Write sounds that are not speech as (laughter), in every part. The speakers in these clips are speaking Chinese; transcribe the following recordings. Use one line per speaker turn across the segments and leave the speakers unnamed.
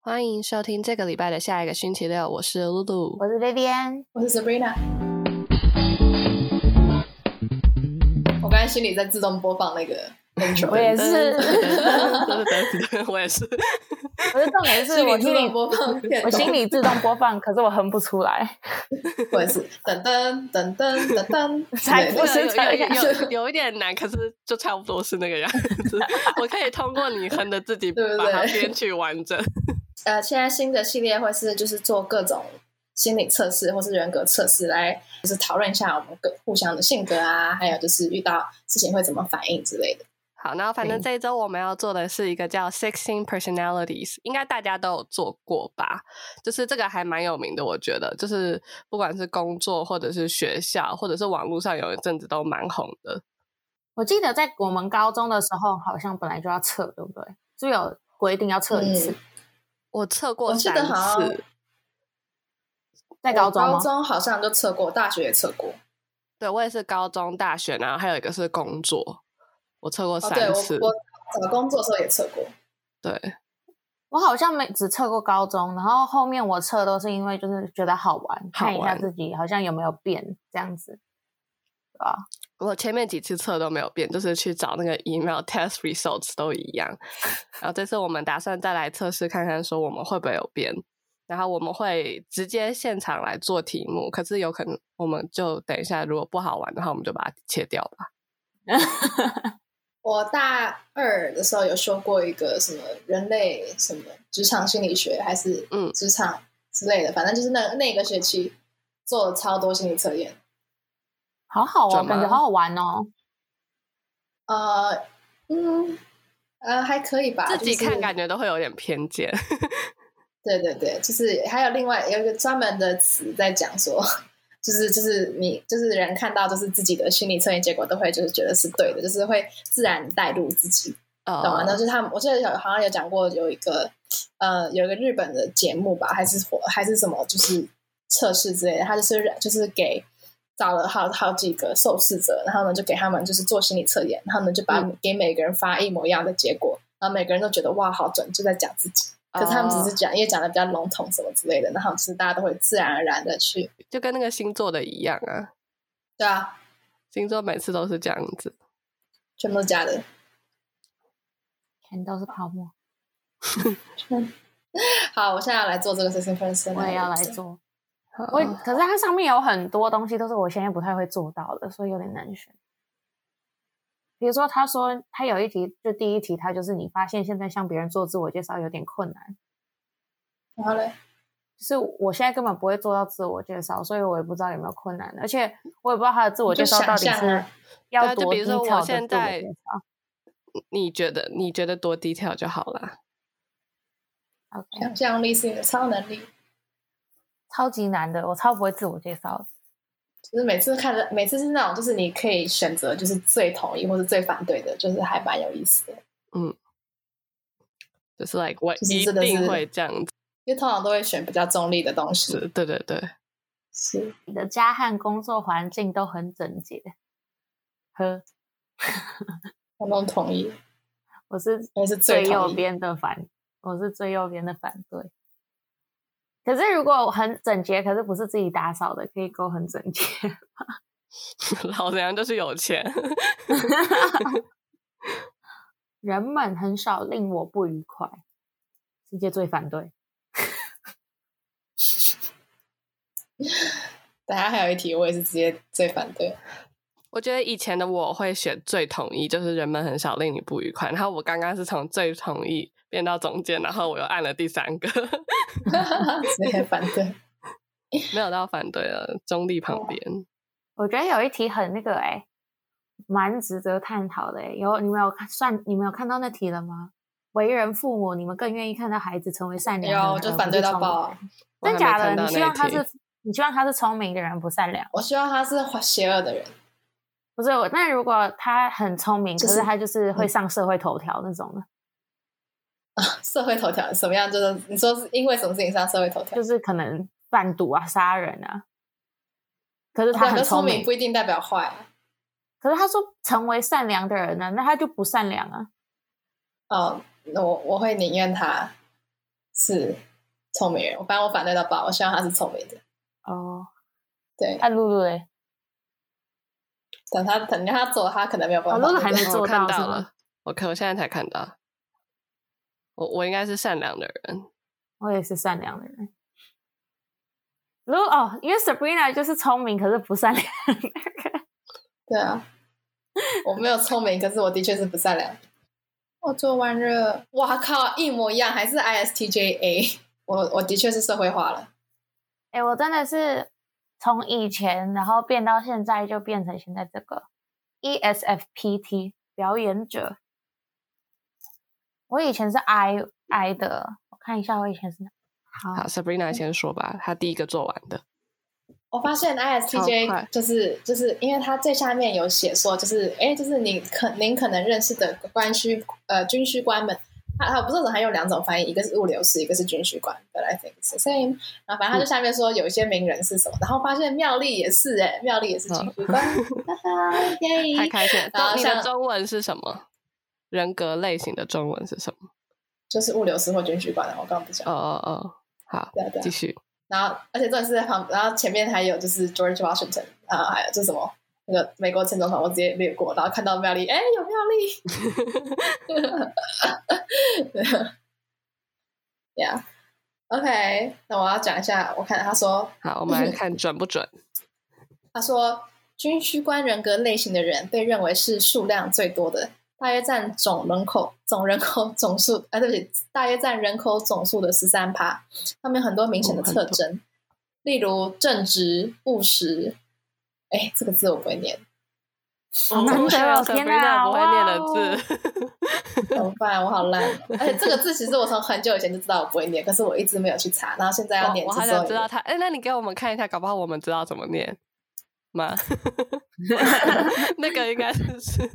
欢迎收听这个礼拜的下一个星期六，我是露露。
我是 Vivian，
我是 Sabrina。我刚才心里在自动播放那个 intro，
我也是
(laughs)
(laughs)
我也
(laughs)
是。
我是重点是
心
我
里自
心里
动播放片
我
头，
心里自动播放，可是我哼不出来。
我也是噔噔噔噔噔
(laughs)
噔，
才
对
不是这样
有有有一点难，可是就差不多是那个样子。我可以通过你哼的自己
对对
把它
对
编曲完整。
呃，现在新的系列会是就是做各种心理测试或是人格测试，来就是讨论一下我们各互相的性格啊，还有就是遇到事情会怎么反应之类的。
好，然后反正
嗯
这一周我们要做的是一个叫 Sixteen Personalities，应该大家都有做过吧？就是这个还蛮有名的，我觉得，就是不管是工作或者是学校，或者是网络上有一阵子都蛮红的。
我记得在我们高中的时候，好像本来就要测，对不对？是不是有规定要测一
嗯
次？
我测过
我记
三
得好像
次，
在高中吗
我高？中好像就测过，大学也测过。
对我也是高中、大学，然后还有一个是工作，我测过
哦，对
三
我
次。
我找工作的时候也测过。
对
我好像没只测过高中，然后后面我测都是因为就是觉得好玩，
好玩
看一下自己好像有没有变这样子。
我前面几次测都没有变，就是去找那个 email (laughs) test results 都一
(laughs)
样。然后这次我们打算再来测试看看，说我们会不会有变。然后我们会直接现场来做题目，可是有可能我们就等一下，如果不好玩的话，我们就把它切掉吧。
我大二的时候有修过一个什么人类什么职场心理学还是
嗯
职场之类的，反正就是那那个学期做了超多心理测验。
好好
怎
哦，
么
感觉好好玩哦。
呃，嗯，呃，还可以吧，
自己
就是
看感觉都会有点偏见。
对对对，就是还有另外有一个专门的词在讲说，就是就是你就是人看到就是自己的心理测验结果都会就是觉得是对的，就是会自然带入自己。
呃，
哦
懂吗？那就是他们，我记得有好像有讲过有一个呃有一个日本的节目吧，还是火还是什么，就是测试之类的，他就是让就是给找了好好几个受试者，然后呢就给他们就是做心理测验，然后呢就把、
嗯
给每个人发一模一样的结果，然后每个人都觉得哇好准，就在讲自己。可是他们
哦
只是讲，因为讲的比较笼统什么之类的，然后就是大家都会自然而然的去，
就跟那个星座的一样啊，
对啊，
星座每次都是这样子。
全部都假的。
全都是泡沫，
好，我现在要来做这个 system p e r s o n
我也要来做。
好
我
哦
可是它上面有很多东西都是我现在不太会做到的，所以有点难选。比如说，他说他有一题，就第一题，他就是你发现现在向别人做自我介绍有点困难，
然后嘞，
就是我现在根本不会做到自我介绍，所以我也不知道有没有困难，而且我也不知道他的自我介绍到底
你就想象
是
啊
要
对就
多
比
低
如说
调
我
的自
现
我介
在
绍。，
你觉得你觉得多低调就好啦。
OK，
想象力是你的超能力。
超级难的，我超不会自我介绍的。
就是每次看的，每次是那种，就是你可以选择，就是最同意或者最反对的，就是还蛮有意思的。
就是 like 我
就是
一
真的
定
是
会这样子，
因为通常都会选比较中立的东西。
对对 (laughs) 对，
是，
你的家和工作环境都很整洁。呵，
我都同意，
我是
我也是最
最右
同意。
边的反，我是最右边的反对。可是如果很整洁，可是不是自己打扫的，可以勾很整洁。 (laughs)
老娘就是有钱， (laughs)
人们很少令我不愉快，世界最反对。
等下还有一题，我也是直接最反
(laughs)
对。
我觉得以前的我会选最同意，就是人们很少令你不愉快。然后我刚刚是从最同意变到中间，然后我又按了第三个， (laughs)
直接反
(laughs)
对。
没有到反对了，中立旁边。
哦
我觉得有一题很那个哎、蛮值得探讨的哎、有你们有看算你们有看到那题了吗？为人父母，你们更愿意看到孩子成为善良的人，
有，我就反对
而
到
不是聪明
爆
的人
啊。
我还
真
没
假
看
的？
到
你希
那一
望他
题
是你希望他是聪明的人，不善良？
我希望他是邪恶的人，
不是我。那如果他很聪明，
就
可
是
是嗯他就是会上社会头条那种的，
社会头条什么样？就是你说是因为什么事情上社会头条
就？是可能贩毒啊、杀人啊。可是他
两
很
个
聪
聪
明
明，不一定代表坏啊。
可是他说成为善良的人呢、那他就不善良啊。
哦，那我我会宁愿他是聪明人，我反正我反对到爆，我希望他是聪明的。
哦，
对，
那露露嘞？
等他等他做，他可能没有办法。
哦露露还没
对不对
我
做
看
到是
到
吗
了，我看我现在才看到，我我应该是善良的人，
我也是善良的人。露哦，因为 Sabrina 就是聪明，可是不善良。
对啊，我没有聪明，可是我的确是不善良。我做完了，哇靠，一模一样，还是 ISTJA。我我的确是社会化了，
哎、我真的是从以前，然后变到现在，就变成现在这个 E ESFPT 表演者。我以前是 I I 的，我看一下，我以前是哪？好
好，Sabrina
嗯
先说吧，她第一个做完的，
我发现
超快
ISTJ 就是就是因为他最下面有写说，就是哎，就是你可您可能认识的关需呃军需官们，他他不是还有两种翻译，一个是物流师，一个是军需官，but I think it's the same。然后反正他
嗯
就下面说有一些名人是什么，然后发现妙丽也是哎、妙丽也是军需官，哈哈，
(laughs)
耶！
嗯太开心了。
然后
中你的
像
中文是什么？人格类型的中文是什么？
就是物流师或军需官的，啊我刚刚不
哦
讲。
哦哦，好，
对啊对啊
继续。
然后，而且重点是在旁，然后前面还有就是 George Washington 啊，还有就是什么那个美国前总统，我直接略过，然后看到妙丽，哎，有啊妙 (laughs) 丽，Yeah。OK，那我要讲一下，我看他说，
好，我们来看准不准。
他说军需官人格类型的人被认为是数量最多的，大约占总人口总人口总数，啊，对不起，大约占人口总数的十三趴。他们有哦很多明显的特征，例如正直、务实。哎，这个字我不会念，
我
难
们
得哦天哪
不会念的 (laughs) 字，
怎么办？我好烂、哦。而且这个字其实我从很久以前就知道我不会念，可是我一直没有去查，然后现在要念
哦我
之
好
所
想
以
知道它。哎，那你给我们看一下，搞不好我们知道怎么念吗？那个应该是呃是
(laughs)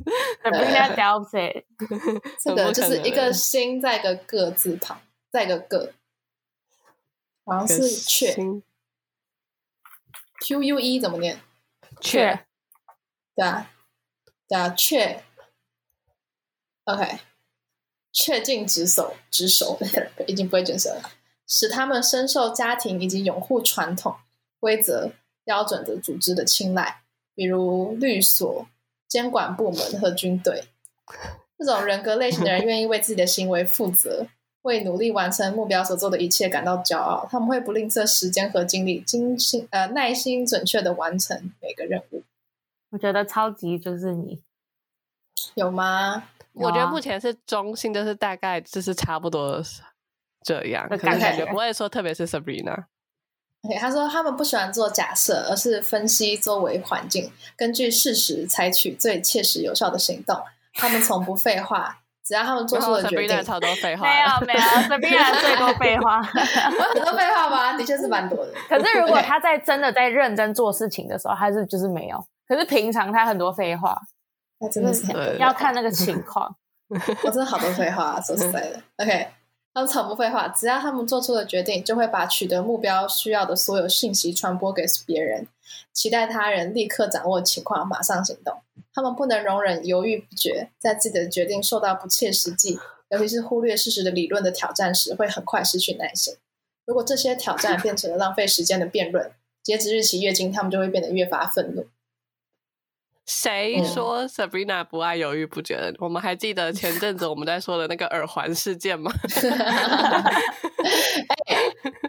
Sabrina delves it。
这
怎么
个就
可
是一个
能
心在一个个字旁，在一个个，好像是雀
心
Q U E 怎么念？
雀
对啊，对啊，确，OK，确尽职守，职守 (laughs) 已经不会卷舌了，使他们深受家庭以及拥护传统规则标准的组织的青睐，比如律所、监管部门和军队。这种人格类型的人愿意为自己的行为负责，为努力完成目标所做的一切感到骄傲。他们会不吝啬时间和精力，精心呃耐心准确的完成每个任务。
我觉得超级就是你，
有吗？
我觉得
有啊
目前是中性，就是大概就是差不多这样，
的
可是
感
感
觉
觉不会说，特别是 Sabrina，
OK，他说他们不喜欢做假设，而是分析周围环境，根据事实采取最切实有效的行动。他们从不废话，只要他们做
然
出
后
了决定。 (laughs)
Sabrina 超多废话
没有
的，
没有，Sabrina 最多废话。
我有很多废话吗？的确是蛮
(laughs)
多的。
(laughs) 可是如果他在真的在认真做事情的时候，他是就是没有。可是平常他很多废话，
那
嗯
真的是很多
对
要看那个情况。
(laughs) 我真的好多废话、啊，说实在的。OK，他们从不废话，只要他们做出了决定，就会把取得目标需要的所有信息传播给别人，期待他人立刻掌握情况，马上行动。他们不能容忍犹豫不决，在自己的决定受到不切实际，尤其是忽略事实的理论的挑战时，会很快失去耐心。如果这些挑战变成了浪费时间的辩论，截止日期越近，他们就会变得越发愤
(laughs)
怒。嗯
谁说 Sabrina 不爱犹豫不决的？我们还记得前阵子我们在说的那个耳环事件吗？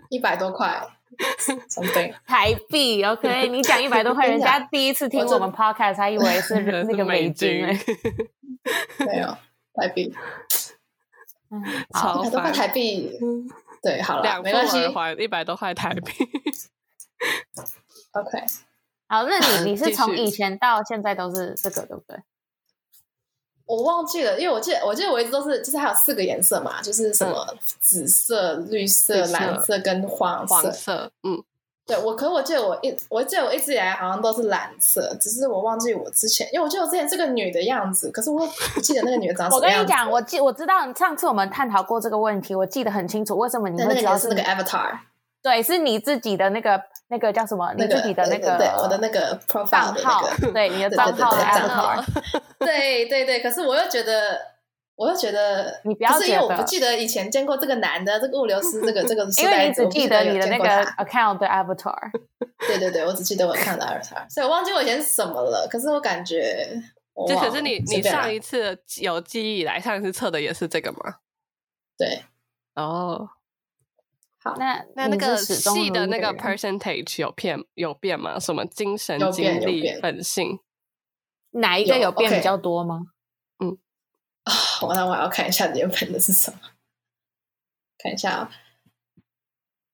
一百多块，something。
台币，OK？你 (laughs) 讲一百多块，
我跟
人
你讲
家第一次听
我真
我们 podcast，还以为
(laughs)
(laughs) 是那个美金 (laughs) 哎。
没有台币，
嗯
超
好，
一百多块
烦。嗯
台币，对，好了，
两副
没关系
耳环一百多块台
(laughs)
币，
，OK。
好，那 (laughs) 你你
继
是
续
从以前到现在都是这个，对不对？
我忘记了，因为我记得，我记得我一直都是，就是还有四个颜色嘛，就是
嗯
什么紫色、绿色
绿、色
蓝色跟黄色。
黄色，嗯，
对，我可我记得我一，我记得我一直以来好像都是蓝色，只是我忘记我之前，因为我记得我之前是个女的样子，可是我不记得那个女的长什
我
么
跟
啊样
你
子。
讲，我记我知道上次我们探讨过这个问题，我记得很清楚。为什么你
对，
会
那
知
个
道
也是那个 Avatar，
对，是你自己的那个那个叫什么？你
那个
自己的那
对对
个
对我的那个
账
profile 的那
号
个，，
对你的
(laughs) 对
账
对
号的 (laughs)
对账
avatar
号。对对对，可是我又觉得我会觉得
你不要
是因为
觉
我
得
不记得以前见过这个男的，这个物流师，这个
(laughs)
这个时
因为
代
你
者，
只
我不
记
得
得
有
你的
见
那
过他
个 account 的 avatar，
对对对，我只记得我看了《Avatar》，所以我忘记我以前是什么了。可是我感觉，我
就
忘
可
了
是你
随
你
便啦
上一次有记忆以来，上一次测的也是这个吗？
对
哦，
那
那那
你是
个
始终
细的
如一
那个
人
percentage 有变有变吗？什么精神
有、变
精
有
力、
变
本性？
哪一个
有
有变比
OK
较多吗？
啊， (laughs) 我那我还要看一下原本的是什么，看一下啊、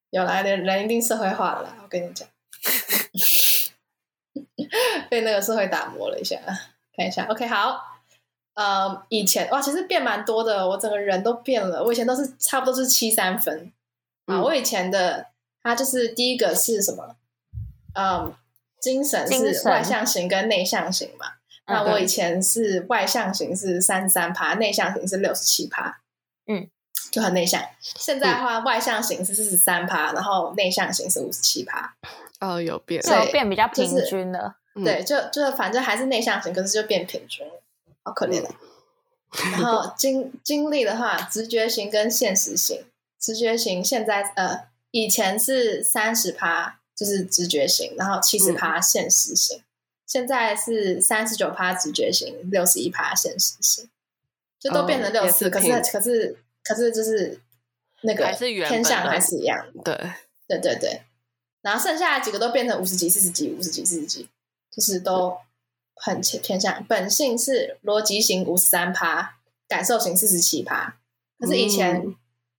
有来的人一定社会化了啦，我跟你讲， (laughs) 被那个社会打磨了一下，看一下。OK，好，呃，以前哇，其实变蛮多的，我整个人都变了。我以前都是差不多是七三分啊，
嗯
我以前的他就是第一个是什么？嗯，精神
精
是
神
外向型跟内向型嘛。那
嗯
我
对
以前是外向型是三十三趴，内向型是六十七趴，
嗯，
就很内向。现在的话，外向型是四十三趴，然后内向型是五十七趴。
哦，有变。
对
就变比较
就是
平均了。
嗯
对，就就反正还是内向型，可是就变平均了，好可怜啊。
嗯
然后经经历的话，直觉型跟现实型，直觉型现在呃以前是三十趴，就是直觉型，然后七
嗯
十趴现实型，现在是三十九趴直觉型，六十一趴现实型，就都变成
哦
六
也是
四、可
平
是可是可是就是那个
还是原
偏向
本的
还是一样，
对，
对对对，然后剩下的几个都变成五十几、四十几、五十几、四十几，就是都很偏偏向。本性是逻辑型五十三趴，感受型四十七趴。可是以前、
嗯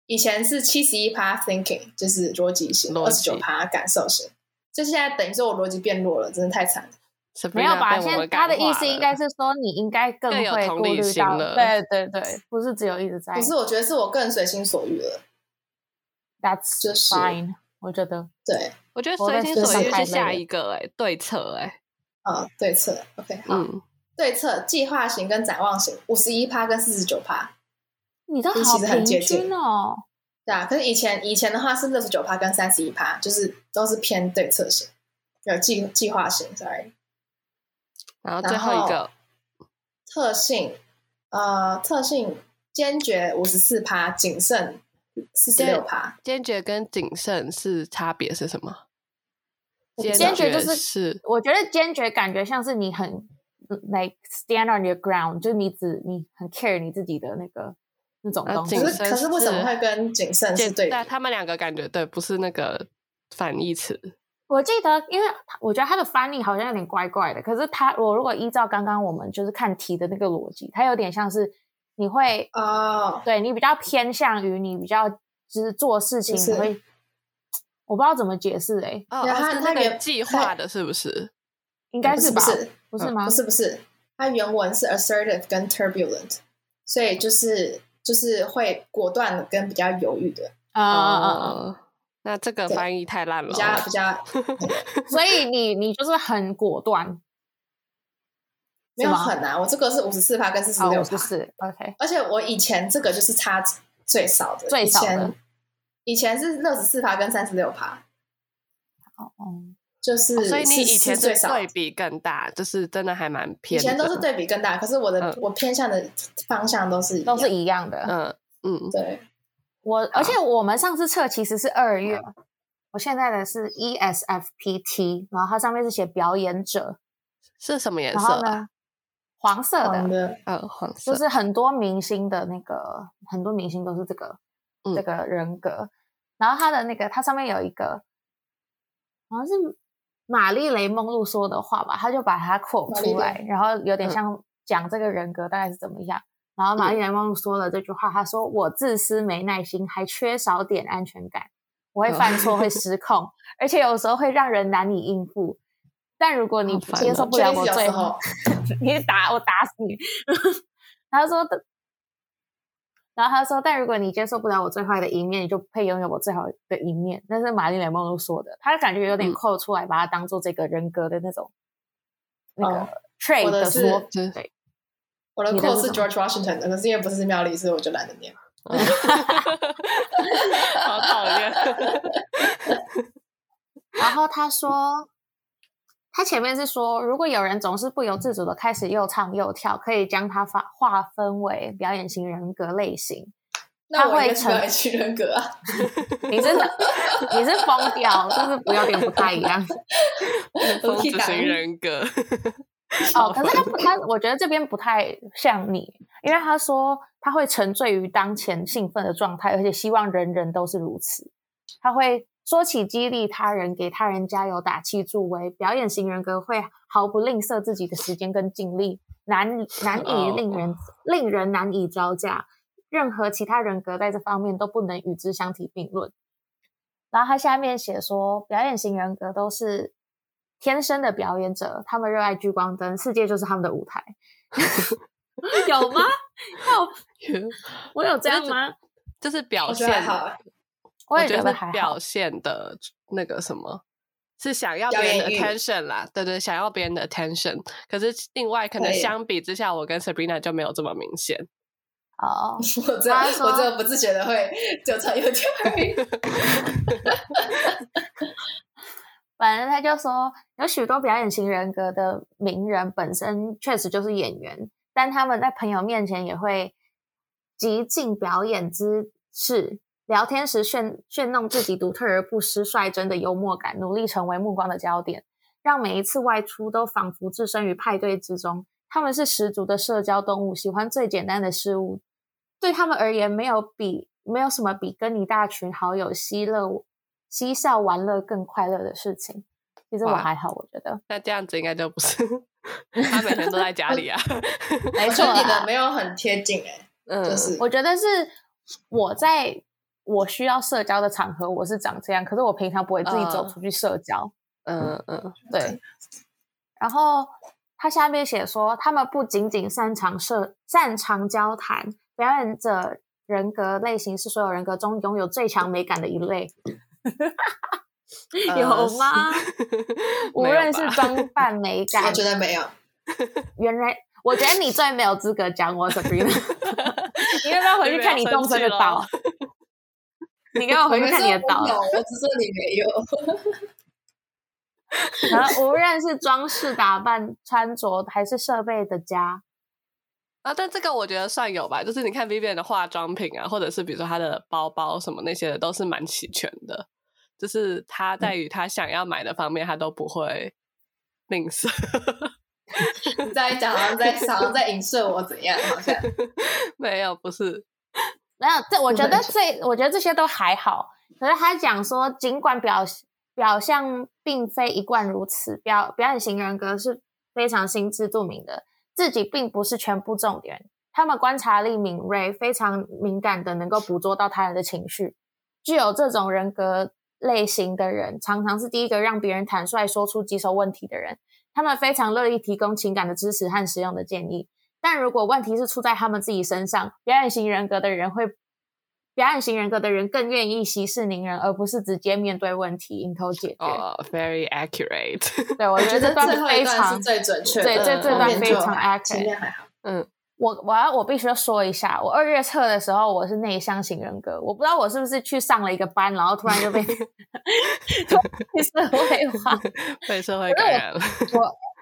以前是七十一趴 thinking，就是逻辑型，
逻
二
辑
十九趴感受型。就现在等于说我逻辑变弱了，真的太惨了。
没有
Sabrina
吧？
啊被我
现在
们
他
感
的意
化
思应
了
该是说，你应该更
更有
会
同
顾
理
虑
心
到，
了
对对对，不是只有一直在。
可是我觉得是我更随心所欲了。
That's
就是
fine，我觉得
对，
我觉得
我
随
在
心
学
所
上
欲
太
是
累
下
了
一个哎、对策哎、
嗯，对策，OK，好，
嗯，
对策计划型跟展望型五十一趴跟四十九趴，
你都
就
好
其实很
平
接近
均哦。
对啊，可是以前以前的话是六十九趴跟三十一趴，就是都是偏对侧型，有计计划型，sorry。
然后
然
最后一
后
个
特性，呃，特性坚决五十四趴，谨慎四十六趴，
坚决跟谨慎是差别是什么？
我不
道
知
坚
坚决就是
是
我觉得坚决感觉像是你很嗯 like stand on your ground，就是你只你很 care 你自己的那个那种
啊
东西
谨
可。
慎
是可是为什么会跟谨慎是
坚
对比？
但他们两个感觉对，不是那个反义词。
我记得，因为它我觉得它的翻译好像有点怪怪的。可是它，我如果依照刚刚我们就是看题的那个逻辑，它有点像是你会
哦，
对你比较偏向于你比较就是做事情
就是
你会，我不知道怎么解释哎、
哦，
对
哦
他
是
他
那个
原
计
他
划的，是不是？
应该
不是
吧？
不是嗯
不是吗？
不是不是，它原文是 assertive 跟 turbulent，所以就是就是会果断的跟比较犹豫的，
啊啊啊！嗯
哦，那这个
哦对
翻译太烂了
比
哦。
较比较
嗯所以你你就是很果
(laughs)
断，哦
没有
是吗
很难。我这个是哦五十四趴跟四十
哦，
六
我
趴
不。
(laughs)
是 OK，
而且我以前这个就是差最少的，
最少的
以前以前是六十四趴跟三十六趴，
哦哦，
就是、
哦所以你
是
以前
是
是
最少的，
对比更大，就是真的还蛮
以
偏的。
前都是对比更大，可是我的、
嗯
我偏向的方向都是一样
都是一样的。
嗯嗯，
对
我而且我们上次测其实是二月，
嗯
我现在的是 E ESFPT，然后它上面是写表演者，
是什么颜
然
色
后
啊？
呢黄色
黄
的，
的
呃，黄色
就。是很多明星的那个，很多明星都是这个、
嗯
这个人格。然后它的那个，它上面有一个好像是玛丽雷梦露说的话吧，他就把它 quote
玛丽
出来，然后有点
嗯
像讲这个人格大概是怎么样。然后玛丽莲梦露说了这句话，她说：“我自私、没耐心，还缺少点安全感，我
嗯
会犯错，会失控，而且有时候会让人难以应付。但如果你
好烦
接
哦
受不
就
了
是
我
有
最
时
后
候，
(laughs) 你打我打死你。” (laughs) 他说的，然后他说：“但如果你接受不了我最坏的一面，你就配拥有我最好的一面。”那是玛丽莲梦露说的，他感觉有点
嗯
扣出来，把它当做这个人格的那种、那
哦
个 trait
我的
的
是
说
就是
对
我的
你的
code
是什
是 George Washington 的，可是因为不是妙丽，所以我就懒得念。
嗯 (laughs) 好讨厌。
然后他说，它前面是说，如果有人总是不由自主的开始又唱又跳，可以将它划划分为表演型人格类型。
那我
他会
也是
成
表演型人格
(laughs)
啊，
你真的你是疯掉，就是不要点不太一样
疯子
Lucky
型
党
人
(laughs)
格。
哦。可是他不他，我觉得这边不太像你，因为他说他会沉醉于当前兴奋的状态，而且希望人人都是如此。他会说起激励他人、给他人加油打气助威，表演型人格会毫不吝啬自己的时间跟精力，难难以
哦
令人、令人难以招架。任何其他人格在这方面都不能与之相提并论。然后他下面写说，表演型人格都是天生的表演者，他们热爱聚光灯，世界就是他们的舞台。 (laughs) 有 (laughs) 吗？
(laughs)
我有这样吗？
就是表
我觉得还
现，
好啊，
我也
觉
觉
得
得
是
还好
表。现的那个什么，是想要
表
别人
演
的
欲
attention 啦，对对，想要别人的 attention。可是另外可能
对
相比之下，我跟 Sabrina 就没有这么明显。
哦，
我这
他说
我这不自觉的会就唱有点而已。
反正他就说，有许多表演型人格的名人本身确实就是演员，但他们在朋友面前也会极尽表演之势，聊天时炫炫弄自己独特而不失率真的幽默感，努力成为目光的焦点，让每一次外出都仿佛置身于派对之中。他们是十足的社交动物，喜欢最简单的事物。对他们而言，没有比没有什么比跟一大群好友嬉乐、嬉笑玩乐更快乐的事情。其实我
哇
还好，我觉得
那这样子应该就不是他每天都在家里啊。
没
(laughs) 我
错
觉得你
啦
的。没有很贴近哎，
嗯，
(laughs) 就是
我觉得是我在我需要社交的场合，我是长这样，可是我平常不会自己走
嗯
出去社交。
嗯嗯，
对，然后他下面写说，他们不仅仅擅长社擅长交谈，表演者人格类型是所有人格中拥有最强美感的一类。
(laughs)
呃
有吗？无
(laughs) 没有
论是
吧
装扮美
我
感，
觉得没有。
原来我觉得你最没有资格讲
(laughs)
我 Sabrina，你
(laughs)
要不要回去看你动身的岛？ (laughs) 你给我回去看你的岛
我没。说我有，我只说你没有。
然后无论是装饰打扮、穿着还是设备的家，
啊，但这个我觉得算有吧，就是你看 Vivian 的化妆品啊，或者是比如说她的包包什么那些的，都是蛮齐全的。就是她
嗯
在于她想要买的方面，她都不会吝啬。 (laughs)
你 (laughs) 在讲，好像在好像在影射我怎样？
(laughs)
好像
没有，不是，
没有，这我觉得
对
最，我觉得这些都还好。可是他讲说，尽管表表象并非一贯如此，表表演型人格是非常心知肚明的，自己并不是全部重点。他们观察力敏锐，非常敏感的能够捕捉到他人的情绪。具有这种人格类型的人，常常是第一个让别人坦率说出棘手问题的人。他们非常乐意提供情感的支持和实用的建议。但如果问题是出在他们自己身上，表演型人格的人会，表演型人格的人更愿意息事宁人，而不是直接面对问题迎头解决。
哦、v e r y accurate。
(laughs) 对，我
我
觉得这段
最后一
非
段
常
是最准确的，
对
这这段
后面就
非常
还
accurate
前面还好。
嗯，
我我要我必须要说一下，我二月测的时候我是内向型人格，我不知道我是不是去上了一个班，然后突然就被 (laughs) 突然被社会化。
被社会感
(laughs)
染了。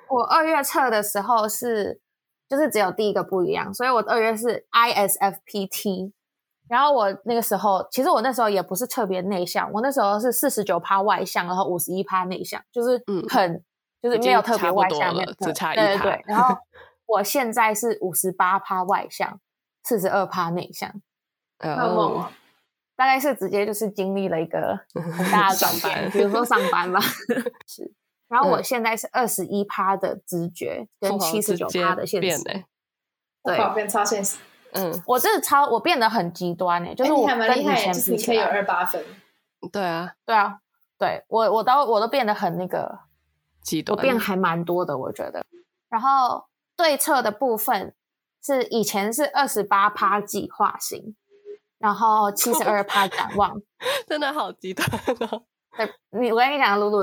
我二月测的时候是就是只有第一个不一样，所以我二月是 ISFPT。然后我那个时候，其实我那时候也不是特别内向，我那时候是四十九趴外向，然后五十一趴内向，就是
嗯
很、就是
已
没
经
有特
差
别
不
外
多
向，没有
了
特
只差一
对对
趴
对。然
(laughs)
后我现在是五十八趴外向，四十二趴内向，
那
哦
么，
大概是直接就是经历了一个很大的转
上班
变，比如
(laughs)
说上班
(laughs)
吧。是，然后我
嗯
现在是二十一趴的直觉跟
凤凰
七十
直
九
接
趴的现
变
实。
欸
对
哇变超现实，
嗯，
我真的超，我变得很极端诶、就是
哎你
我
还蛮
跟以
厉害，
前
就是
比
你
起
可以有
来，
二八分，
对啊，
对啊，对我我都我都变得很那个，
极端。
我变还蛮多的，我觉得。然后对策的部分是以前是二十八趴计划型，然后七十
(laughs)
二趴展望。
(laughs) 真的好极端哦。 (laughs)
对，你我跟你讲，露露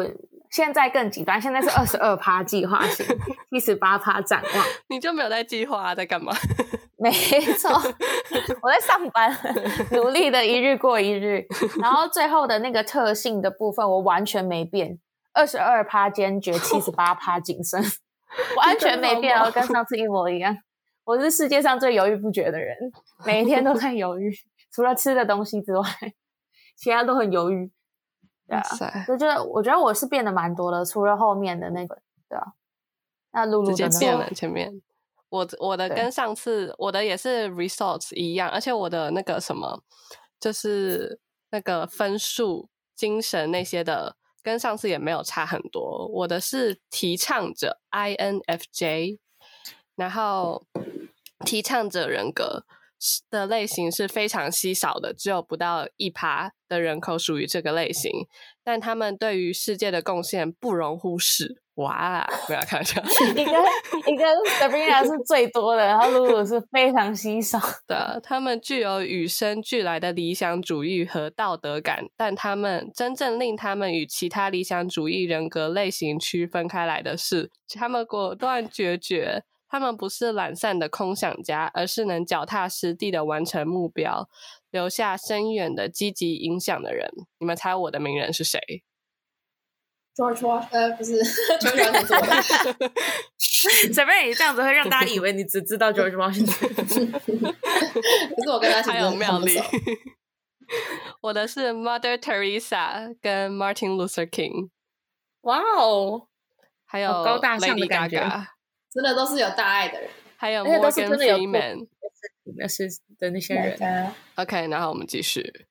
现在更极端，现在是二十二趴计划型，七十八趴展望。
你就没有在计划、啊、在干嘛？
(laughs) 没错，我在上 (laughs) 班，努力的一日过一日。然后最后的那个特性的部分，我完全没变，二十二趴坚决，七十八趴谨 (laughs) 慎，完全没变哦，跟上次一模一样。我是世界上最犹豫不决的人，每一天都在犹豫，除了吃的东西之外，其他都很犹豫。对啊
哇，塞，
我觉得我觉得我是变得蛮多的，除了后面的那个，对啊。那露露
直接
真
变
的
了前面。我我的
对
跟上次我的也是 results 一样，而且我的那个什么，就是那个分数、精神那些的，跟上次也没有差很多。我的是提倡者 INFJ，然后提倡者人格是的类型是非常稀少的，只有不到一趴的人口属于这个类型，但他们对于世界的贡献不容忽视。哇，没有开玩笑。
一个一个 Sabrina 是最多的，然后露露是非常稀少。
的，他们具有与生俱来的理想主义和道德感，但他们真正令他们与其他理想主义人格类型区分开来的是，他们果断决绝，他们不是懒散的空想家，而是能脚踏实地的完成目标，留下深远的积极影响的人。你们猜我的名人是谁？
George Wash，呃，不是 (laughs) George
(laughs)
Washington 做的
Sabrina，你这样子会让大家以为你只知 (laughs) 道 George Washington。
可是我跟他其实
还有
很
妙
不
丽
熟。
(laughs) 我的是 Mother Teresa 跟 Martin Luther King，
哇哦！
还有
好高大上的
Lady
感觉
Gaga。
真的都是有大爱的人。
还有
而且都是
Morgan
真的有做
Freeman。
那是的那些
My God
OK，然后我们继续。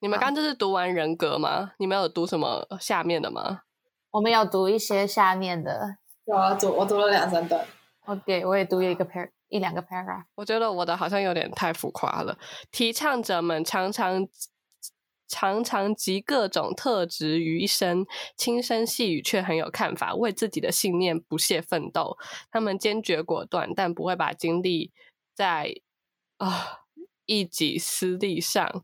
你们
好
刚就是读完人格吗？你们有读什么下面的吗？
我们有读一些下面的，
有啊，读我读了两三段，
我给我也读一个 par 一两个 paragraph。
我觉得我的好像有点太浮夸了。提倡者们常常常常集各种特质于一身，轻声细语却很有看法，为自己的信念不懈奋斗。他们坚决果断，但不会把精力在啊、一己私利上。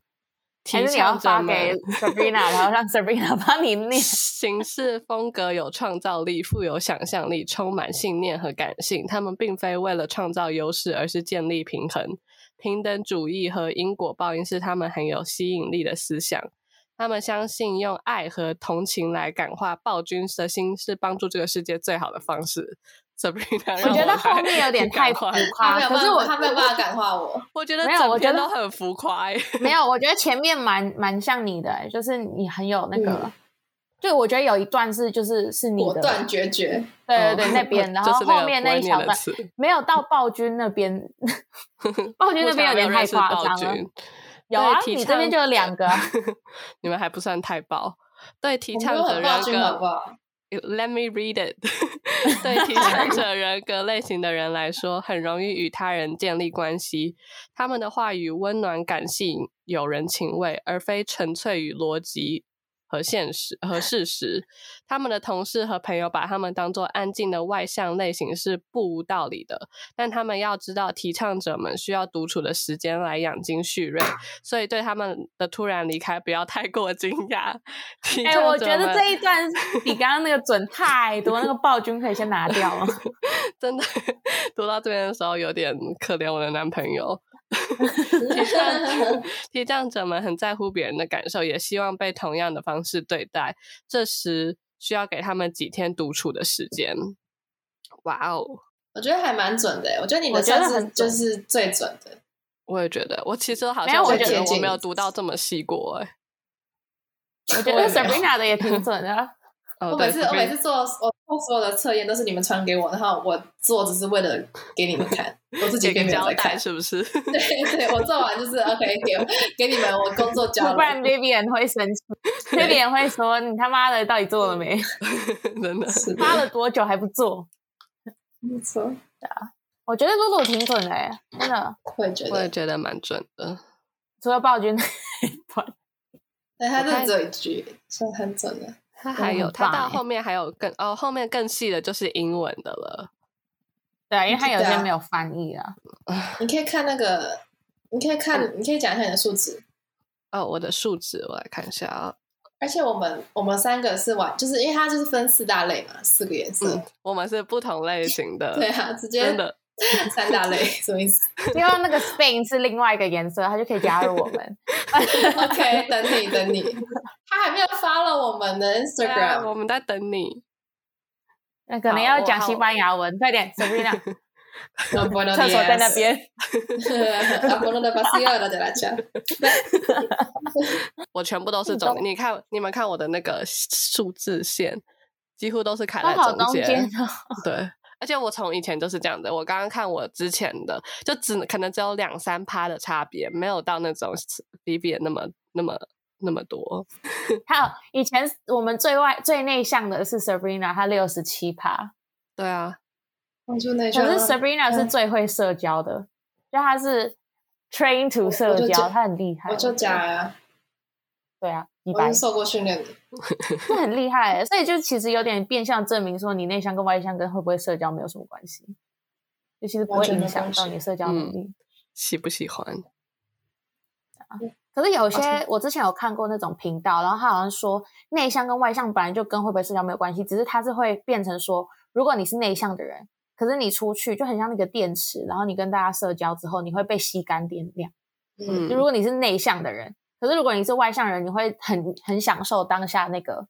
提
还是你要
倡者
发
们
给 Sabrina，然后让 Sabrina 帮你
(laughs)
念。
行事风格有创造力，富有想象力，充满信念和感性。他们并非为了创造优势，而是建立平衡。平等主义和因果报应是他们很有吸引力的思想。他们相信用爱和同情来感化暴君的心是帮助这个世界最好的方式。Sabrina，让
我觉得
来
后面有点
感
太浮
化
他
夸，
没有
啊可是我
办法，他没有办法感化我。
我觉得
没有我
整
觉
篇
得
都很浮夸、欸。 (laughs)
没有，我觉得前面蛮蛮像你的、欸就是你很有那个。
嗯
就我觉得有一段是就是是你
果
的，
断决绝，
对对对，
哦 (laughs)
那边，然
就
(laughs) 后
是那个
后面那一
不会念
小
的
段
词
没有到暴君那边， (laughs) 暴君那边有点太夸张了。有啊，
对提
你这边
倡
就有两个啊，
你们还不算太暴。对提
我没
倡
有
者
很暴
人
君，好不
格
好？
，Let me read it 。 (laughs)
(laughs)
对提倡者人格类型的人来说，很容易与他人建立关系。他们的话语温暖、感性、有人情味，而非纯粹与逻辑和现实和事实。他们的同事和朋友把他们当作安静的外向类型是不无道理的，但他们要知道，提倡者们需要独处的时间来养精蓄锐，所以对他们的突然离开不要太过惊讶。 (laughs) (laughs) 提
哎、
倡
我
者
觉得
们
这一段比刚刚那个准太多，那个暴君可以先拿掉了。
(laughs) 真的读到这边的时候有点可怜我的男朋友。 (laughs)
(laughs)
提倡者们很在乎别人的感受，也希望被同样的方式对待。这时需要给他们几天独处的时间。哇哦，
我觉得还蛮准的欸，我觉得你
我
的
觉得
算是
很准
就是最准的。
我也觉得，我其实好
没
像
有我
我
觉
觉得
得
我没有读到这么细过哎、
我觉
我也
得
没有
Sabrina 的也挺准的啊，
哦
我
对
每次
这
我每
边
次做我做所有的测验都是你们传给我，然后我做只是为了给你们看，我自己
给
给
个
你们
交
在
代
看。 (laughs)
是不是？ (laughs)
对对，我做完就是 OK，给给你们我工作交
不然
了。
Vivian 会生气，Vivian 会说你他妈的到底做了没？
真的，
是的，
花了多久还不做？
没错，
我觉得露露挺准的、欸，真的，
我也觉
我也
得，
觉得蛮准的。
除了暴君。
但他
我看
这嘴句算很准的。
他
真的
还
很
有，他
棒
到
欸
后面还有更哦，后面更细的就是英文的了。
对啊，因为他有
对
些
啊
没有翻译啊。
你可以看那个，你可以看，你可以讲一下你的数值。
哦，我的数值我来看一下啊、
而且我们我们三个是玩，就是因为它就是分四大类嘛，四个颜色。
嗯， (laughs) 我们是不同类型的，
(laughs) 对啊，直接
真的。
三
(laughs)
大类什么意思
因为那个 Spain 是另外一个颜色，他就可以加入我们。 (laughs)
？OK，等你等你，它还没有 follow 我们的
对啊，
Instagram，
我们在等你。
那可能
好
要
我
讲
好
西班牙文，快
(laughs)
点，Sabrina，
No,
(laughs)
buenos
厕所在那
días
边。
(laughs) Alguno de vacío de la cha
我全部都是
你
中
都
间，你看你们看我的那个数字线，几乎都是卡
刚
在
好中
间。
间哦，
对，而且我从以前就是这样的。我刚刚看我之前的，就只可能只有两三趴的差别，没有到那种 B B 那么那么那么多。
还有以前我们最外最内向的是 Sabrina，她六十七趴，
对啊，
我就那
可
句话
是 Sabrina 是
嗯
最会社交的，就她是 train
我
to 社
我就
交，
讲
她很厉害。
我就假呀，
对啊，一
我
百
是受过训练的。
(laughs) 这很厉害欸，所以就其实有点变相证明说，你内向跟外向跟会不会社交没有什么关系，就其实不
完
会
全没
影响
关
到
系
你社交
嗯
能力。
喜不喜欢？
可是有些我之前有看过那种频道，然后他好像说内向跟外向本来就跟会不会社交没有关系，只是他是会变成说，如果你是内向的人，可是你出去就很像那个电池，然后你跟大家社交之后，你会被吸干电量。
嗯，
嗯
就如果你是内向的人，可是如果你是外向人，你会很很享受当下那个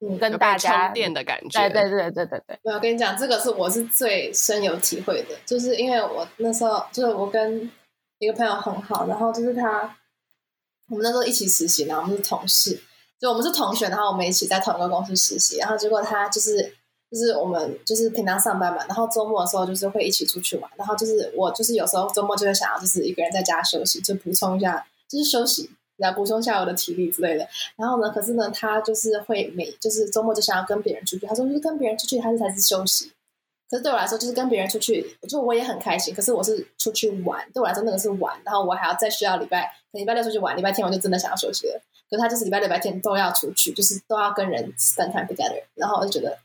嗯
有
跟
被
大家
充电的感觉。
对对对对对对，
没有我跟你讲，这个是我是最深有体会的，就是因为我那时候就是我跟一个朋友很好，然后就是他，我们那时候一起实习，然后我们是同事，就我们是同学，然后我们一起在同一个公司实习，然后结果他就是就是我们就是平常上班嘛，然后周末的时候就是会一起出去玩，然后就是我就是有时候周末就会想要就是一个人在家休息，就补充一下就是休息，来补充一下我的体力之类的。然后呢，可是呢，他就是会每就是周末就想要跟别人出去，他说就是跟别人出去，他是才是休息。可是对我来说，就是跟别人出去，就我也很开心。可是我是出去玩，对我来说那个是玩，然后我还要再需要礼拜，可能礼拜六出去玩，礼拜天我就真的想要休息了。可是他就是礼拜六、礼拜天都要出去，就是都要跟人 spend time together，然后我就觉得，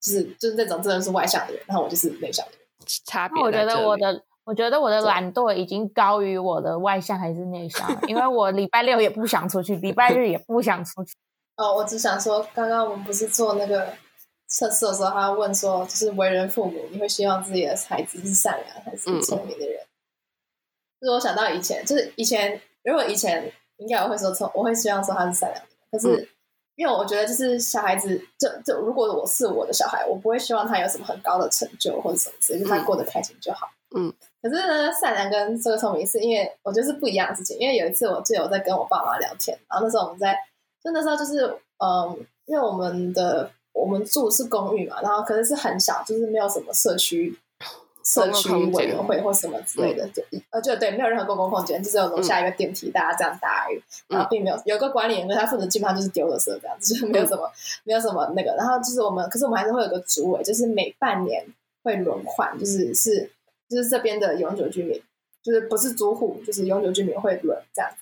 就是就是那种真的是外向的人，然后我就是内向的人。
差别
那我
在
觉
这
得我
里
的，我觉得我的
对
懒惰已经高于我的外向还是内向了，因为我礼拜六也不想出去，礼拜日也不想出去。
哦，我只想说，刚刚我们不是做那个测试的时候，他问说，就是为人父母，你会希望自己的孩子是善良还是聪明的人？就是我想到以前，就是以前，如果以前应该我会说聪，我会希望说他是善良的人，可是。因为我觉得，就是小孩子，就就如果我是我的小孩，我不会希望他有什么很高的成就或者什么之类，就是他
嗯
过得开心就好。
嗯，
可是呢，善良跟这个聪明是因为我觉得是不一样的事情。因为有一次，我记得我在跟我爸妈聊天，然后那时候我们在就那时候就是，嗯，因为我们的我们住是公寓嘛，然后可是是很小，就是没有什么社区社
公共
区
空
委
间嗯
员会或什么之类的，就呃就对，没有任何公共空间，就只有楼下一个电梯，大家这样搭而已。然后并没有有一个管理员，可是他负责基本上就是丢垃圾这样子，就是没有什么、没有什么那个。然后就是我们，可是我们还是会有个主委，就是每半年会轮换，就是是就是这边的永久居民，就是不是租户，就是永久居民会轮这样子。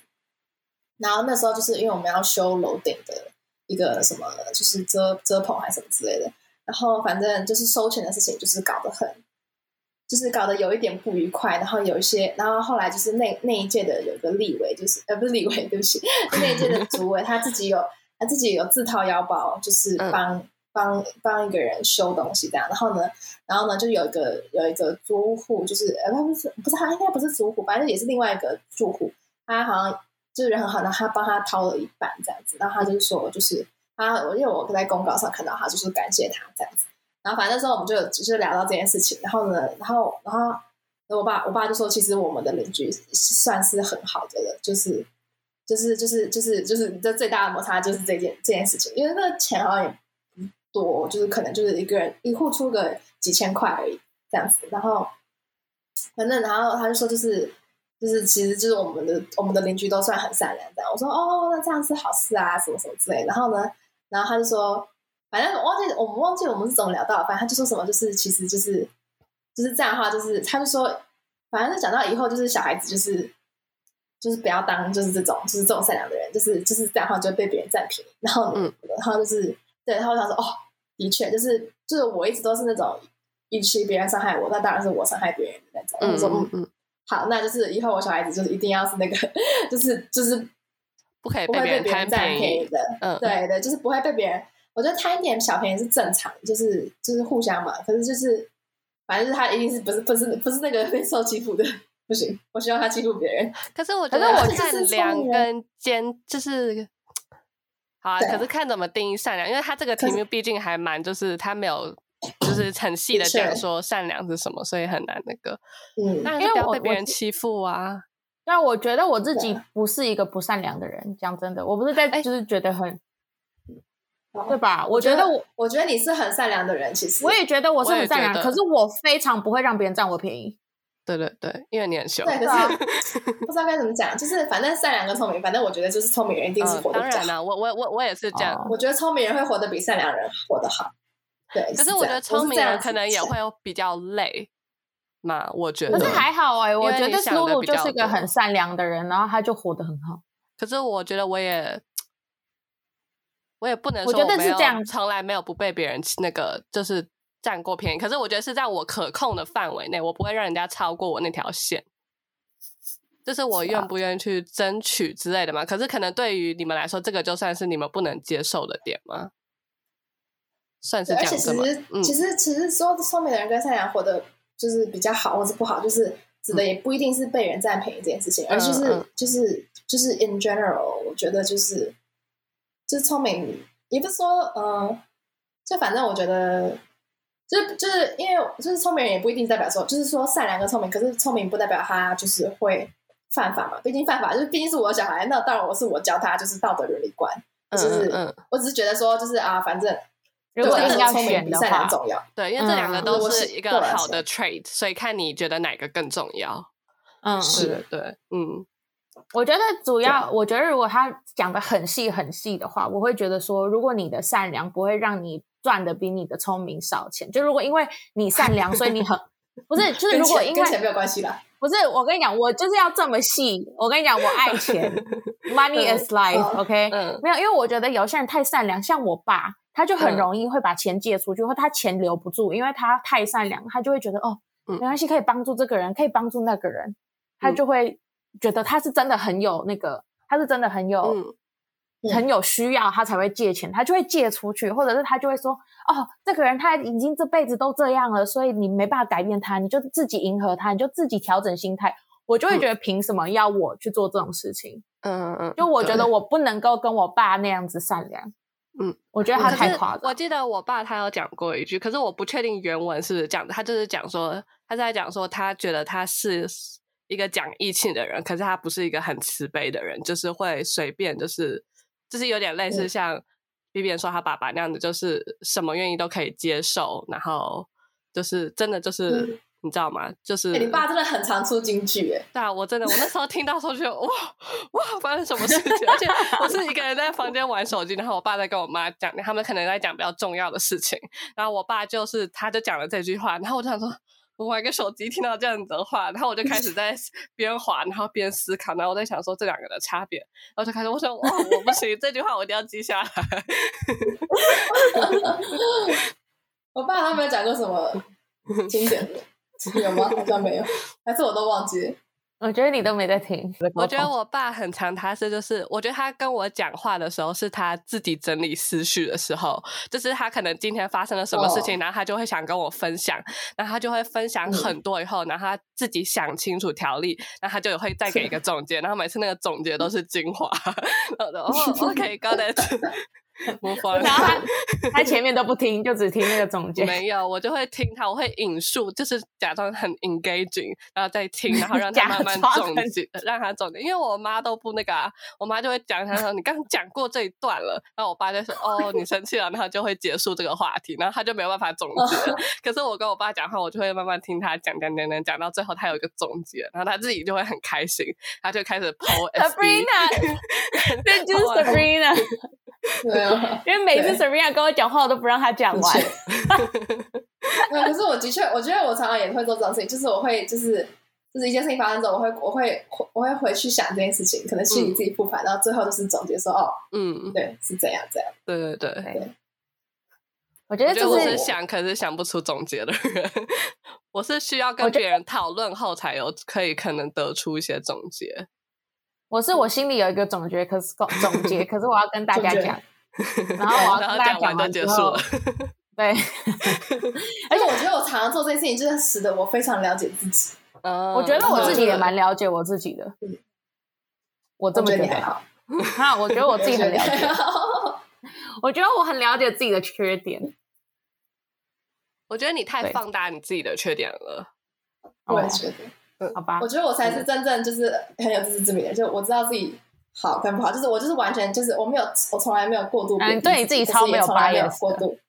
然后那时候就是因为我们要修楼顶的一个什么，就是遮遮棚还是什么之类的。然后反正就是收钱的事情，就是搞得很，就是搞得有一点不愉快。然后有一些，然后后来就是那那一届的有个立委，就是呃不是立委，对不起，那一届的主委他自己有他自己有自掏腰包，就是
嗯
帮、帮帮一个人修东西这样。然后呢，然后呢就有一个有一个租户，就是呃不是不是他应该不是租户，反正也是另外一个住户，他好像就是人很好，然后他帮他掏了一半这样子，然后他就说就是他，我因为我在公告上看到他，就是感谢他这样子。然后反正那时候我们就有就是聊到这件事情，然后呢，然后然后我爸我爸就说，其实我们的邻居算是很好的了，就是就是就是就是就是这最大的摩擦就是这件这件事情，因为那个钱好像也不多，就是可能就是一个人一户出个几千块而已这样子，然后反正然后他就说就是就是其实就是我们的我们的邻居都算很善良这样，我说哦那这样是好事啊什么什么之类的，然后呢然后他就说反正我忘记我们忘记我们是怎么聊到的，反正他就说什么就是其实就是就是这样的话，就是他就说，反正就讲到以后就是小孩子就是就是不要当就是这种就是这种善良的人，就是就是这样的话就会被别人占便宜。然后
嗯
然后就是对，然后我想说哦，的确就是就是我一直都是那种与其别人伤害我，那当然是我伤害别人的那种。
嗯
我就说
嗯
嗯，
嗯，
好，那就是以后我小孩子就是一定要是那个 (laughs) 就是就是
不可以
不
被
会
别
被
人
别
贪
人占
便
便宜
宜。
的。
嗯，
对对，就是不会被别人，我觉得贪一点小便宜是正常，就是就是互相嘛。可是就是，反正就是他一定是不是不是不是那个被受欺负的，不行，我希望
(laughs)
他欺负别人。
可是我
可
觉
是
得
我
我
就是
善
聪
良
明人
跟坚就是好啊，
对啊
可是看怎么定义善良，因为他这个题
可
目毕竟还蛮，就是他没有，就是很细的
的确
讲说善良是什么，所以很难那个。
嗯，
但
因
是
为
不要
我
被别
我
人欺负啊！
但我觉得我自己
对
不是一个不善良的人，讲真的，我不是在
哎
就是觉得很，
哦
对吧？我
我
觉得我
我我觉得你是很善良的人，其实
我也觉得我
嗯
是
我也
很善良，
觉得
可是我非常不会让别人占我便宜。
对对对，因为你很凶。
对，可
啊
(laughs)
是不知道该怎么讲，就是反正善良跟聪明，反正我觉得就是聪明人一定是
嗯，
活得
当
比较
然
好。
啦，我我我我也是这样。
哦
我觉得聪明人会活得比善良人活得好。对，
可
是
是我
这
觉
样
得聪明人可能也。
我是
会比较累嘛，我觉
可
得。
是还好哎、我
因为
觉
你
得
想
露
得
露
比
就
较
是个
多
很善良的人，然后他就活得很好。
可是我觉得我也，我也不能
我
说
觉得
没
是
有
这样
从来没有不被别人欺那个就是占过便宜。可是我觉得是在我可控的范围内，我不会让人家超过我那条线。这是我
啊
愿不愿意去争取之类的嘛？可是可能对于你们来说，这个就算是你们不能接受的点吗？算是
这
这
样
样
子
子吗
对而且？
嗯
其实，其实其实说聪明的人跟善良活得就是比较好，或是不好，就是指的也不一定是被人占便宜这件事情，而就是、
嗯
就是就是 in general，我觉得就是就是聪明，也不是说呃，就反正我觉得。就是就是因为就是聪明人也不一定代表说，就是说善良跟聪明，可是聪明不代表他就是会犯法嘛。毕竟犯法就是毕竟是我的小孩，那当然我是我教他就是道德伦理观。
嗯
就
嗯
是
嗯，
我只是觉得说就是啊，反正
如果
对我来
硬
说
要
聪明
选
比
的
善良
话，
重要。
对，因为这两个
嗯
都
我
是
是
一个
对我来
好
说
的 trait，所以看你觉得哪个更重要。
嗯，
对对对，嗯
我觉得主要，我觉得如果他讲的很细很细的话，我会觉得说，如果你的善良不会让你赚的比你的聪明少钱，就如果因为你善良，所以
(laughs)
你很不是，就是
跟
如果
钱
因
跟钱
为
没有关系啦，
不是，我跟你讲，我就是要这么细。我跟你讲，我爱钱
(laughs)
，money is
嗯
life，OK，、
嗯
没有，因为我觉得有些人太善良，像我爸，他就很容易会把钱借出去，或他钱留不住，因为他太善良，他就会觉得哦，
嗯
没关系，可以帮助这个人，可以帮助那个人，他
嗯
就会觉得他是真的很有那个，他是真的很有、
哦
嗯。
嗯
很有需要，他才会借钱，他就会借出去，或者是他就会说，哦，这个人他已经这辈子都这样了，所以你没办法改变他，你就自己迎合他，你就自己调整心态。我就会觉得凭什么要我去做这种事情？
嗯，嗯，
就我
对
觉得我不能够跟我爸那样子善良。
嗯，
我觉得他
可
太
是
夸张
我。记得我爸他有讲过一句，可是我不确定原文是不是这样子。他就是讲说，他在讲说，他觉得他是一个讲义气的人，可是他不是一个很慈悲的人，就是会随便，就是就是有点类似
嗯
像 B B 说他爸爸那样子，就是什么愿意都可以接受，然后就是真的就是、
嗯
你知道吗？就是、
欸你爸真的很常出京剧哎，
对啊，我真的，我那时候听到时候觉得哇哇发生什么事情，而且我是一个人在房间玩手机，然后我爸在跟我妈讲，他们可能在讲比较重要的事情，然后我爸就是他就讲了这句话，然后我就想说。我玩个手机，听到这样子的话，然后我就开始在边滑，然后边思考，然后我在想说这两个的差别，然后就开始我说哇，我不行，这句话我一定要记下来。
我爸他没有讲过什么经典的。有吗？好像没有，还是我都忘记了。
我觉得你都没在听。
我觉得我爸很常，他是就是，我觉得他跟我讲话的时候，是他自己整理思绪的时候，就是他可能今天发生了什么事情，然后他就会想跟我分享，然后他就会分享很多以后，然后他自己想清楚条例，然后他就会再给一个总结，然后每次那个总结都是精华， (laughs) 然后我 (laughs) 就哦，OK，got it，模仿。
然后他他前面都不听，就只听那个总结，
没有，我就会听他，我会引述，就是假装很 engaging，然后再听，然后让他
假
慢慢
装
总
很
结，让他总结。因为我妈都不那个、啊，我妈就会讲，她说你刚讲过这一段了，然后我爸就说哦，你生气了，然后就会结束这个话题，然后他就没有办法总结
(laughs)
了。可是我跟我爸讲话，我就会慢慢听他讲讲讲讲讲到最后，他有一个总结，然后他自己就会很开心，他就开始抛 (laughs)
Sabrina，这就是 Sabrina。
没
(laughs)
有，的
因为每次
对
Sabrina 跟我讲话，我都不让他讲完
确。没啊有。可是我的确，我觉得我常常也会做这种事情，就是我会，就是就是一件事情发生之后，我会，我会，我会回去想这件事情，可能心里自己复
嗯
盘，然后最后就是总结说，哦，
嗯，
对，是这样这样。
对对对。
我觉
我
得
觉
这
得我是
是
想，可是想不出总结的人。 (laughs) 我是需要跟
我觉
别人讨论后才有可以可能得出一些总结。
我是我心里有一个总结，可是总总
(laughs)
结，可是我要跟大家
总结
讲，然后我要
然后
跟大家
讲完
完
就
之
结束
后
了。 (laughs)
对，
而且我觉得我常常做这件事情，就是使得我非常了解自己。
嗯 (laughs)
我觉得我自己也
嗯
蛮了解我自己的
嗯，
我
我
这么觉
觉得你
得
还。好，
哈，我觉得我自己很了解。
我
我觉得我很了解自己的缺点。
我觉得你太
对
放大你自己的缺点
(laughs)
了。
(laughs) 我
哦
也觉得，
好吧
嗯我，觉得我才
嗯
是真正就是很有自知之明的，就我知道自己好跟不好，就是我就是完全就是我没有，我从来没有过度贬低，
嗯对你自己
可是
超
也
没有
从来没
bias
有
的
过度，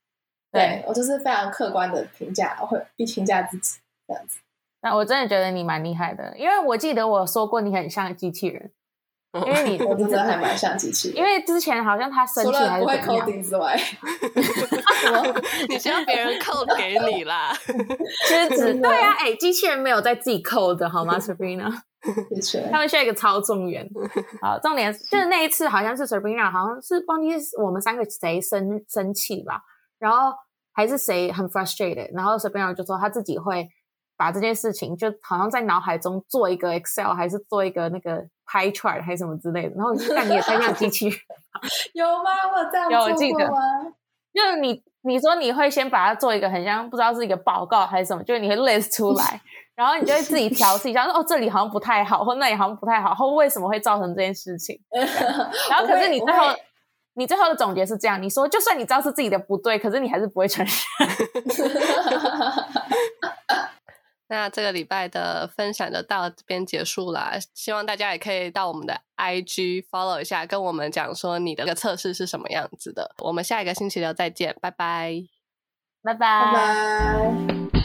对
对，
我就是非常客观的评价，我会去评价自
(laughs)
己这样子。
那我真的觉得你蛮厉害的，因为我记得我说过你很像机器人，因为你
哦我真的还蛮像机器人，
因为之前好像他生
除
气
了
还
不
是
会
怎么样，
coding 之外， (laughs)
你希望别人扣给你啦， (laughs)
狮子
真的
对啊，哎、机器人没有在自己扣的
(laughs)
好吗，Sabrina？
的确，
他们需要一个操纵员。好，重点是就是那一次好像是 Sabrina，好像是忘记是我们三个谁生生气吧，然后还是谁很 frustrated，然后 Sabrina 就说他自己会把这件事情就好像在脑海中做一个 Excel，还是做一个那个 pie chart 还是什么之类的，然后我就看你也太像机器人。 (laughs)
有吗？我有这样
啊有我
做
记
过
得
吗？ (laughs)
就是你你说你会先把它做一个很像不知道是一个报告还是什么，就是你会 list 出来，然后你就会自己调试一下，说哦这里好像不太好，或那里好像不太好，或为什么会造成这件事情。然后可是你
我
最
会
后
我会
你最后的总结是这样，你说就算你知道是自己的不对，可是你还是不会承认。
那这个礼拜的分享就到这边结束啦，希望大家也可以到我们的 IG follow 一下，跟我们讲说你的测试是什么样子的。我们下一个星期六再见，拜拜。
拜拜
拜拜。